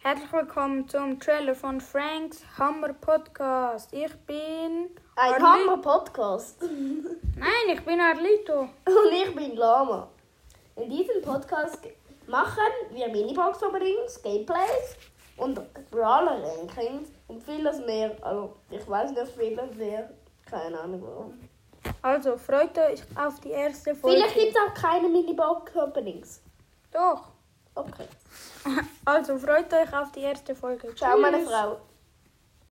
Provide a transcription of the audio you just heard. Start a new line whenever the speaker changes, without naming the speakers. Herzlich willkommen zum Trailer von Franks Hammer Podcast. Ich bin.
Ein
Arli-
Hammer-Podcast. Und
Nein, ich bin Arlito.
ich bin Lama. In diesem Podcast ge- machen wir Minibox Openings, Gameplays und Brawler Rankings und vieles mehr. Also, ich weiß nicht vieles mehr. Keine Ahnung warum.
Also freut euch auf die erste Folge.
Vielleicht gibt es auch keine Minibox Openings.
Doch.
Okay.
Also freut euch auf die erste Folge.
Ciao, meine
Tschüss.
Frau.